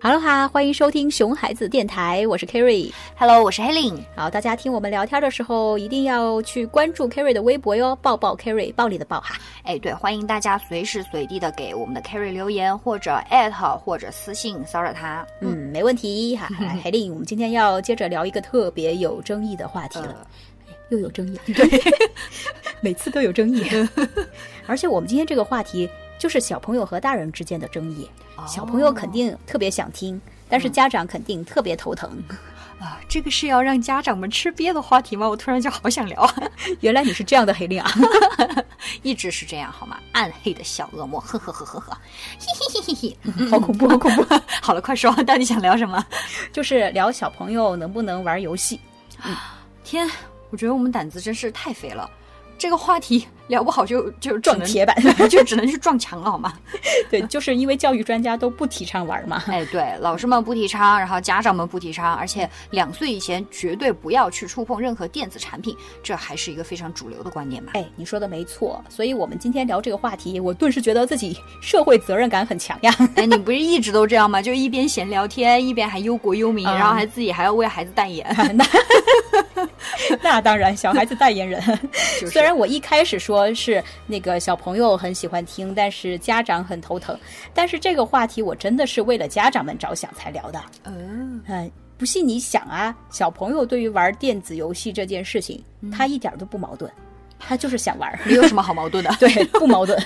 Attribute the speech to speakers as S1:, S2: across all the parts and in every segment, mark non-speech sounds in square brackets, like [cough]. S1: 哈喽哈，欢迎收听熊孩子电台，我是 Kerry。
S2: Hello，我是 Helen。
S1: 好，大家听我们聊天的时候，一定要去关注 Kerry 的微博哟，抱抱 Kerry，暴力的抱哈。
S2: 哎，对，欢迎大家随时随地的给我们的 Carry 留言，或者艾特，或者私信骚扰他。
S1: 嗯，，没问题哈。来海丽，我们今天要接着聊一个特别有争议的话题了，
S2: 呃
S1: 又有争议，对，每次都有争议。而且我们今天这个话题就是小朋友和大人之间的争议，
S2: 哦
S1: 小朋友肯定特别想听，但是家长肯定特别头疼。
S2: 啊，这个是要让家长们吃瘪的话题吗？我突然就好想聊，
S1: 原来你是这样的黑令啊！
S2: [laughs] 一直是这样好吗？暗黑的小恶魔，呵呵呵呵呵，嘿嘿嘿嘿嘿。
S1: 好恐怖，好恐怖！
S2: [laughs] 好了，快说， [laughs] 到底想聊什么？
S1: 就是聊小朋友能不能玩游戏。
S2: 天，我觉得我们胆子真是太肥了。这个话题聊不好就就只
S1: 撞
S2: 能
S1: 铁板
S2: [laughs] 就只能去撞墙了，好吗？
S1: [laughs] 对，就是因为教育专家都不提倡玩 [laughs] 嘛。
S2: 哎，对，老师们不提倡，然后家长们不提倡，而且两岁以前绝对不要去触碰任何电子产品，这还是一个非常主流的观点吧。
S1: 哎，你说的没错，所以我们今天聊这个话题，我顿时觉得自己社会责任感很强 [laughs] 呀。
S2: [laughs] 哎，你不是一直都这样吗？就一边闲聊天，一边还忧国忧民，
S1: 嗯
S2: 然后还自己还要为孩子代
S1: [laughs]
S2: 言。
S1: 那那当然，小孩子代 [laughs] 言人。
S2: 就是
S1: 虽然我一开始说是那个小朋友很喜欢听，但是家长很头疼。但是这个话题我真的是为了家长们着想才聊的。
S2: 嗯，
S1: 嗯，不信你想啊，小朋友对于玩电子游戏这件事情，他一点都不矛盾，他就是想玩儿。
S2: 没有什么好
S1: [laughs]
S2: 矛盾的。
S1: 对，不矛盾，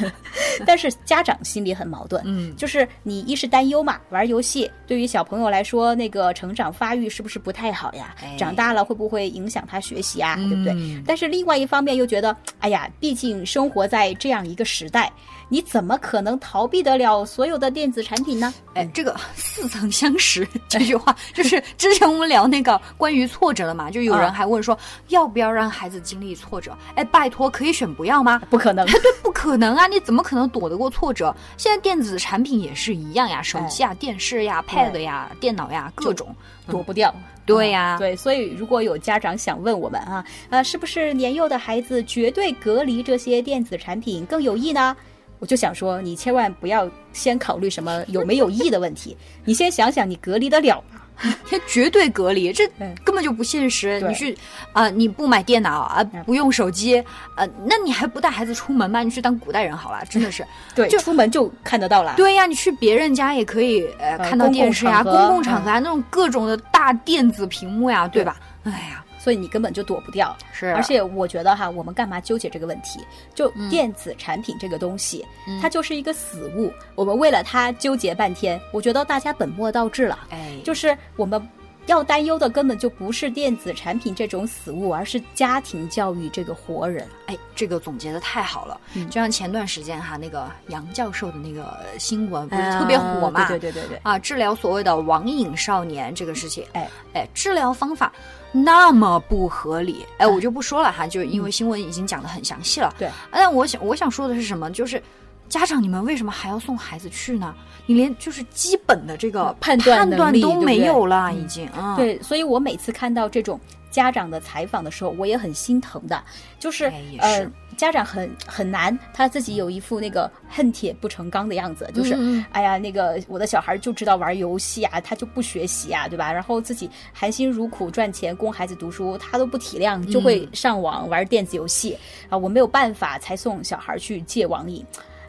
S1: 但是家长心里很矛盾。
S2: 嗯，
S1: 就是你一是担忧嘛，玩游戏对于小朋友来说，那个成长发育是不是不太好呀？
S2: 哎
S1: 长大了会不会影响他学习啊？
S2: 嗯
S1: 对不对？但是另外一方面又觉得，哎呀，毕竟生活在这样一个时代，你怎么可能逃避得了所有的电子产品呢？
S2: 哎，这个似曾相识这句话，就是之前我们聊那个关于挫折的嘛，就有人
S1: 嗯
S2: 还问说，要不要让孩子经历挫折？哎，拜托，可以选不要吗？
S1: 不可能。
S2: 不可能啊！你怎么可能躲得过挫折？现在电子产品也是一样呀，手机啊、电视呀、Pad 呀、电脑呀，各种。
S1: 躲不掉。
S2: 对呀
S1: 嗯对，所以如果有家长想问我们啊，呃，是不是年幼的孩子绝对隔离这些电子产品更有益呢？我就想说，你千万不要先考虑什么有没有益的问
S2: [laughs]
S1: 题，你先想想你隔离得了吗？
S2: 它绝对隔离，这
S1: 嗯
S2: 根本就不现实。
S1: 对
S2: 你去啊、你不买电脑啊、
S1: 嗯
S2: 不用手机啊、那你还不带孩子出门吗？你去当古代人好了，真的是。
S1: 对，就出门就看得到了。
S2: 对呀，你去别人家也可以呃看到
S1: 公共
S2: 电视呀、
S1: 场
S2: 公
S1: 合
S2: 共场合啊、那种各种的大电子屏幕呀，对吧？哎呀，
S1: 所以你根本就躲不掉。
S2: 是，啊
S1: 而且我觉得哈，我们干嘛纠结这个问题？就电子产品这个东西，
S2: 嗯
S1: 它就是一个死物，我们为了它纠结半天，我觉得大家本末倒置了。
S2: 哎，
S1: 就是我们要担忧的根本就不是电子产品这种死物，而是家庭教育这个活人。
S2: 哎，这个总结的太好了。
S1: 嗯
S2: 就像前段时间哈，那个杨教授的那个新闻不是嗯特别火嘛？
S1: 啊对对对对对。
S2: 啊，治疗所谓的网瘾少年这个事情，
S1: 哎
S2: 哎，治疗方法那么不合理，哎，我就不说了哈，就是因为新闻已经讲的很详细了。
S1: 嗯对
S2: 啊但我想我想说的是什么？就是家长你们为什么还要送孩子去呢？你连就是基本的这个
S1: 判断
S2: 判
S1: 能
S2: 断
S1: 力
S2: 都
S1: 对不
S2: 没
S1: 对
S2: 有了，
S1: 嗯
S2: 已经啊，
S1: 对，所以我每次看到这种家长的采访的时候，我也很心疼的，就是
S2: 哎也
S1: 呃
S2: 是，
S1: 家长很很难，他自己有一副那个恨铁不成钢的样子，就是。
S2: 嗯嗯嗯
S1: 哎呀，那个我的小孩就知道玩游戏啊，他就不学习啊，对吧？然后自己含辛茹苦赚钱供孩子读书，他都不体谅，嗯就会上网玩电子游戏、啊。我没有办法，才送小孩去戒网瘾。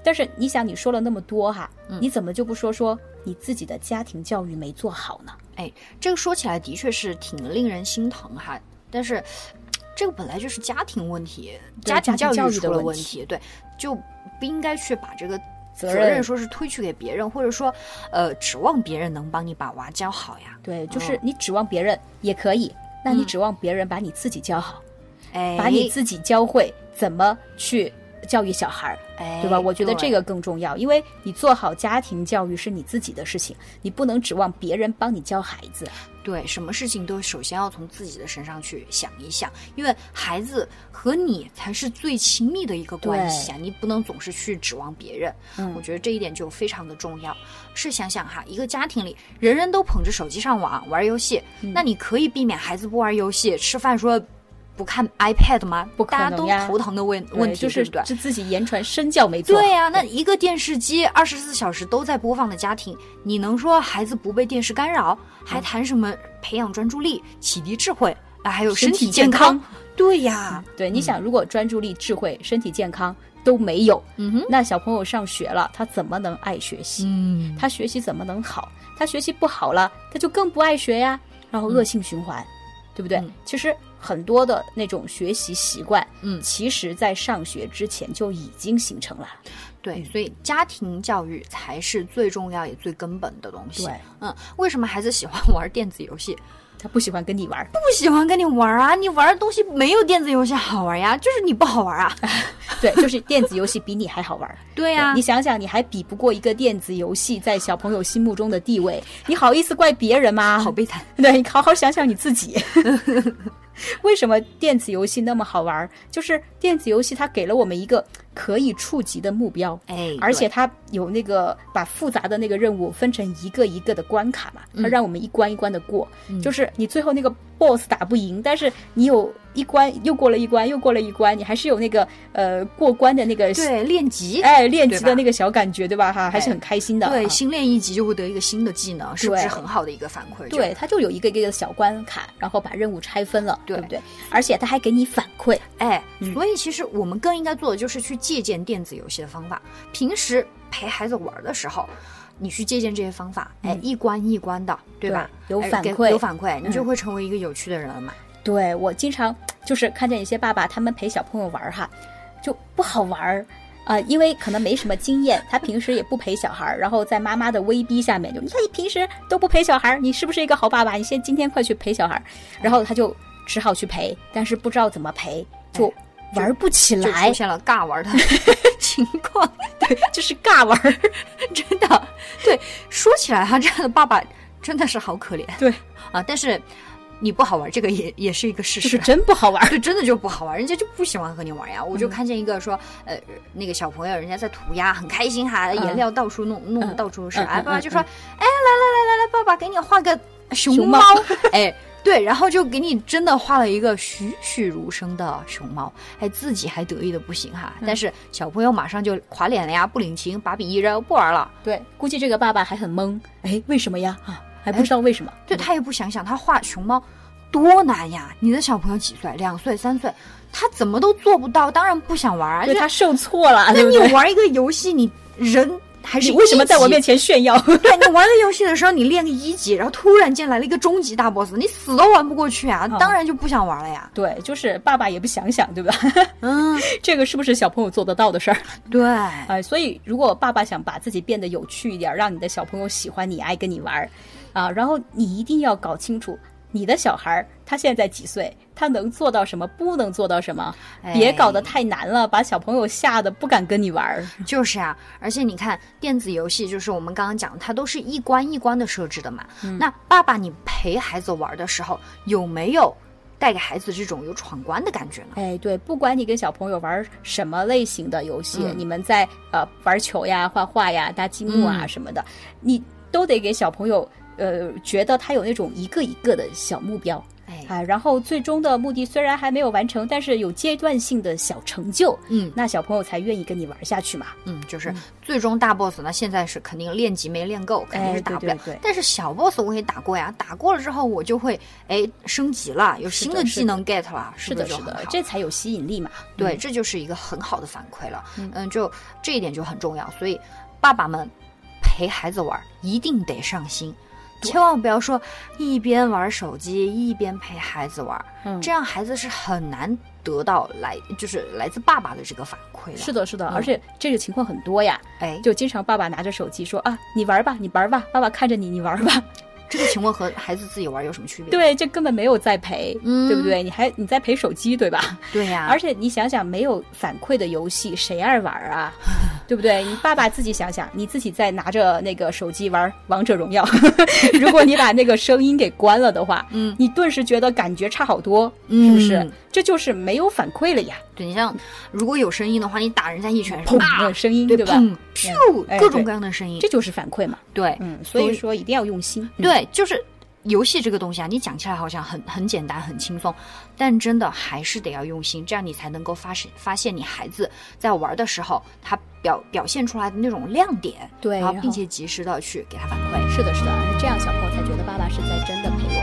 S1: 但是你想，你说了那么多哈，你怎么就不说说你自己的家庭教育没做好呢？
S2: 哎，这个说起来的确是挺令人心疼哈，但是这个本来就是家庭问题，
S1: 对
S2: 家庭
S1: 家庭
S2: 育
S1: 教育
S2: 出
S1: 的
S2: 了
S1: 问
S2: 问
S1: 题
S2: 题，对，就不应该去把这个。
S1: 责
S2: 责
S1: 任
S2: 任说是推去给别人，或者说，呃，指望别人能帮你把娃教好呀。
S1: 对，就是你指望别人也可以，那你指望别人把你自己教好，
S2: 哎，
S1: 把你自己教会怎么去教育小孩儿，
S2: 哎，
S1: 对吧？我觉得这个
S2: 个
S1: 更重要，因为你做好家庭教育是你自己的事情，你不能指望别人帮你教孩子。
S2: 对，什么事情都首先要从自己的身上去想一想，因为孩子和你才是最亲密的一个关系啊，你不能总是去指望别人。
S1: 嗯
S2: 我觉得这一点就非常的重要。试想想哈，一个家庭里人
S1: 嗯
S2: 人都捧着手机上网玩游戏，那你可以避免孩子不玩游戏，吃饭说不看 iPad 吗？
S1: 不可
S2: 大
S1: 能呀
S2: 家都头疼的问问题，
S1: 就是
S2: 对不对？
S1: 就自己言传身教没做好。
S2: 对呀、那一个电视机二十四小时都在播放的家庭，你能说孩子不被电视干扰，
S1: 嗯
S2: 还谈什么培养专注力、启迪智慧啊，还有
S1: 身
S2: 身
S1: 体
S2: 体健
S1: 健康
S2: 康？对呀，
S1: 对，你想，如果专注力、智慧、身体健康都没有，
S2: 嗯哼，
S1: 那小朋友上学了，他怎么能爱学习？
S2: 嗯，
S1: 他学习怎么能好？他学习不好了，他就更不爱学呀，然后恶性循环，对不对？
S2: 嗯
S1: 其实很多的那种学习习惯，
S2: 嗯
S1: 其实在上学之前就已经形成了。嗯
S2: 对，所以家庭教育才是最重要也最根本的东西
S1: 对。
S2: 嗯，为什么孩子喜欢玩电子游戏？
S1: 他不喜欢跟你玩儿，
S2: 不喜欢跟你玩啊，你玩的东西没有电子游戏好玩呀，就是你不好玩啊。
S1: 对，就是电子游戏比你还好玩儿。
S2: 对啊呀、
S1: 哎你想想，你还比不过一个电子游戏在小朋友心目中的地位，你好意思怪别人吗？
S2: 好悲惨。
S1: [laughs] 对你好好想想你自己， [laughs] 为什么电子游戏那么好玩儿？就是电子游戏它给了我们一个可以触及的目标，
S2: 哎，
S1: 而且它有那个把复杂的那个任务分成一个一个的关卡嘛，它让我们一关一关的过。就是你最后那个 boss 打不赢，但是你有一关又过了一关，又过了一关，你还是有那个呃过关的那个
S2: 对对练级。
S1: 哎练级
S2: 对
S1: 的
S2: 吧
S1: 那个小感觉，对吧？哈，还是
S2: 哎
S1: 很开心的。
S2: 对，
S1: 啊
S2: 新练一级就会得一个新的技能，是不是
S1: 对
S2: 很好的一个反馈？
S1: 对，，它就有一个一个的小关卡，然后把任务拆分了，
S2: 对
S1: 对不对？而且它还给你反馈，
S2: 哎，
S1: 嗯
S2: 所以其实我们更应该做的就是去借鉴电子游戏的方法。平时陪孩子玩的时候，你去借鉴这些方法，哎，
S1: 嗯
S2: 一关一关的，对吧？
S1: 对有
S2: 哎
S1: 反
S2: 给
S1: 馈
S2: 有反馈，你就
S1: 嗯
S2: 会成为一个有趣的人了嘛。
S1: 对我经常就是看见一些爸爸他们陪小朋友玩儿哈，就不好玩儿。啊、因为可能没什么经验，他平时也不陪小孩儿，然后在妈妈的威逼下面，就你看你平时都不陪小孩儿，你是不是一个好爸爸？你先今天快去陪小孩儿，然后他就只好去陪，但是不知道怎么陪，哎就玩不起
S2: 就
S1: 来
S2: 出，现了尬玩的情况，
S1: [laughs] 就是啊尬玩儿。
S2: 真的。对，说起来哈，这样的爸爸真的是好可怜
S1: 对，
S2: 啊。但是你不好玩，这个也也是一个事
S1: 就是
S2: 实，
S1: 真不好玩儿。
S2: 对，真的就不好玩，人家就不喜欢和你玩呀。我就
S1: 嗯
S2: 看见一个说，呃，那个小朋友人家在涂鸦，很开心哈，颜料到处弄，弄得到处都是。
S1: 嗯嗯
S2: 哎，爸爸
S1: 嗯
S2: 就说，哎，来来来来来，爸爸给你画个熊
S1: 熊
S2: 猫
S1: 猫，
S2: [laughs] 哎。对，然后就给你真的画了一个栩栩如生的熊猫，哎，自己还得意的不行哈。
S1: 嗯
S2: 但是小朋友马上就垮脸了呀，不领情，把笔一扔，不玩了。
S1: [laughs] 对，估计这个爸爸还很懵，哎，为什么呀？啊，还不知道为什么。
S2: 对他也不想想，他画熊猫多难呀！你的小朋友几岁？两岁、三岁，他怎么都做不到，当然不想玩啊。
S1: 对
S2: 就
S1: 他受挫了，
S2: 那
S1: 对不
S2: 你
S1: 对？
S2: 玩一个游戏，你人还是
S1: 你为什么在我面
S2: 前？
S1: 前炫耀？
S2: [laughs] 对你玩的游戏的时候，你练个一级，然后突然间来了一个终极大 boss，你死都玩不过去啊，
S1: 嗯
S2: 当然就不想玩了呀。
S1: 对，就是爸爸也不想想，对吧？ [laughs]
S2: 嗯，
S1: 这个是不是小朋友做得到的事儿？ [laughs]
S2: 对， [laughs]
S1: 哎，所以如果爸爸想把自己变得有趣一点，让你的小朋友喜欢你、爱跟你玩儿，啊，然后你一定要搞清楚你的小孩儿他现在几岁，他能做到什么，不能做到什么，别搞得
S2: 哎
S1: 太难了，把小朋友吓得不敢跟你玩儿。
S2: 就是啊，而且你看电子游戏，就是我们刚刚讲的，它都是一关一关的设置的嘛。那爸爸，你陪孩子玩的时候，有没有带给孩子这种有闯关的感觉呢？
S1: 哎，对，不管你跟小朋友玩什么类型的游戏，
S2: 嗯
S1: 你们在呃玩球呀、画画呀、搭积木啊
S2: 嗯
S1: 什么的，你都得给小朋友呃觉得他有那种一个一个的小目标
S2: 哎，
S1: 啊，然后最终的目的虽然还没有完成，但是有阶段性的小成就，
S2: 嗯
S1: 那小朋友才愿意跟你玩下去嘛。
S2: 嗯，就是最终大 boss 呢，现在是肯定练级没练够，肯定是打不了。
S1: 哎对对对
S2: 但是小 boss 我也打过呀，打过了之后我就会哎升级了，有
S1: 是
S2: 新
S1: 的是
S2: 技能 get 了，
S1: 是
S2: 不
S1: 的，
S2: 就是很
S1: 的
S2: 好，
S1: 这才有吸引力嘛。
S2: 对，
S1: 嗯
S2: 这就是一个很好的反馈了。
S1: 嗯
S2: 嗯，就这一点就很重要，所以爸爸们陪孩子玩儿一定得上心，千万不要说一边玩手机一边陪孩子玩儿，
S1: 嗯
S2: 这样孩子是很难得到来就是来自爸爸的这个反馈的。
S1: 是，的，是的，
S2: 嗯
S1: 而且这个情况很多呀，
S2: 哎，
S1: 就经常爸爸拿着手机说啊，你玩吧，你玩吧，爸爸看着你，你玩吧。
S2: 这个情况和孩子自己玩儿有什么区别？
S1: 对，这根本没有在陪，
S2: 嗯啊
S1: 对不对？你还你在陪手机，
S2: [laughs]
S1: 对吧？
S2: 对呀、
S1: 而且你想想，没有反馈的游戏，谁爱玩
S2: [laughs]
S1: 啊？对不对？你爸爸自己想想，你自己在拿着那个手机玩《王者荣耀》， [laughs] 如果你把那个声音给关了的话，
S2: 嗯
S1: 你顿时觉得感觉差好多，是不是？
S2: 嗯
S1: 这就是没有反馈了呀，
S2: 对你像如果有声音的话，你打人家一拳是
S1: 砰
S2: 吧？
S1: 那个声音，
S2: 对
S1: 对吧？
S2: 砰
S1: 哎
S2: 咻，各种
S1: 对
S2: 各样的声音
S1: 这。就是反馈嘛。
S2: 对
S1: 嗯，所以说一定要用心。嗯
S2: 对，就是游戏这个东西啊，你讲起来好像很很简单、很轻松，但真的还是得要用心，这样你才能够发现发现你孩子在玩的时候，他表表现出来的那种亮点，
S1: 对
S2: 然后
S1: 然
S2: 并
S1: 后
S2: 且及时的去给他反馈。
S1: 嗯是的，是的，这样小朋友才觉得爸爸是在真的陪我。嗯
S2: 哎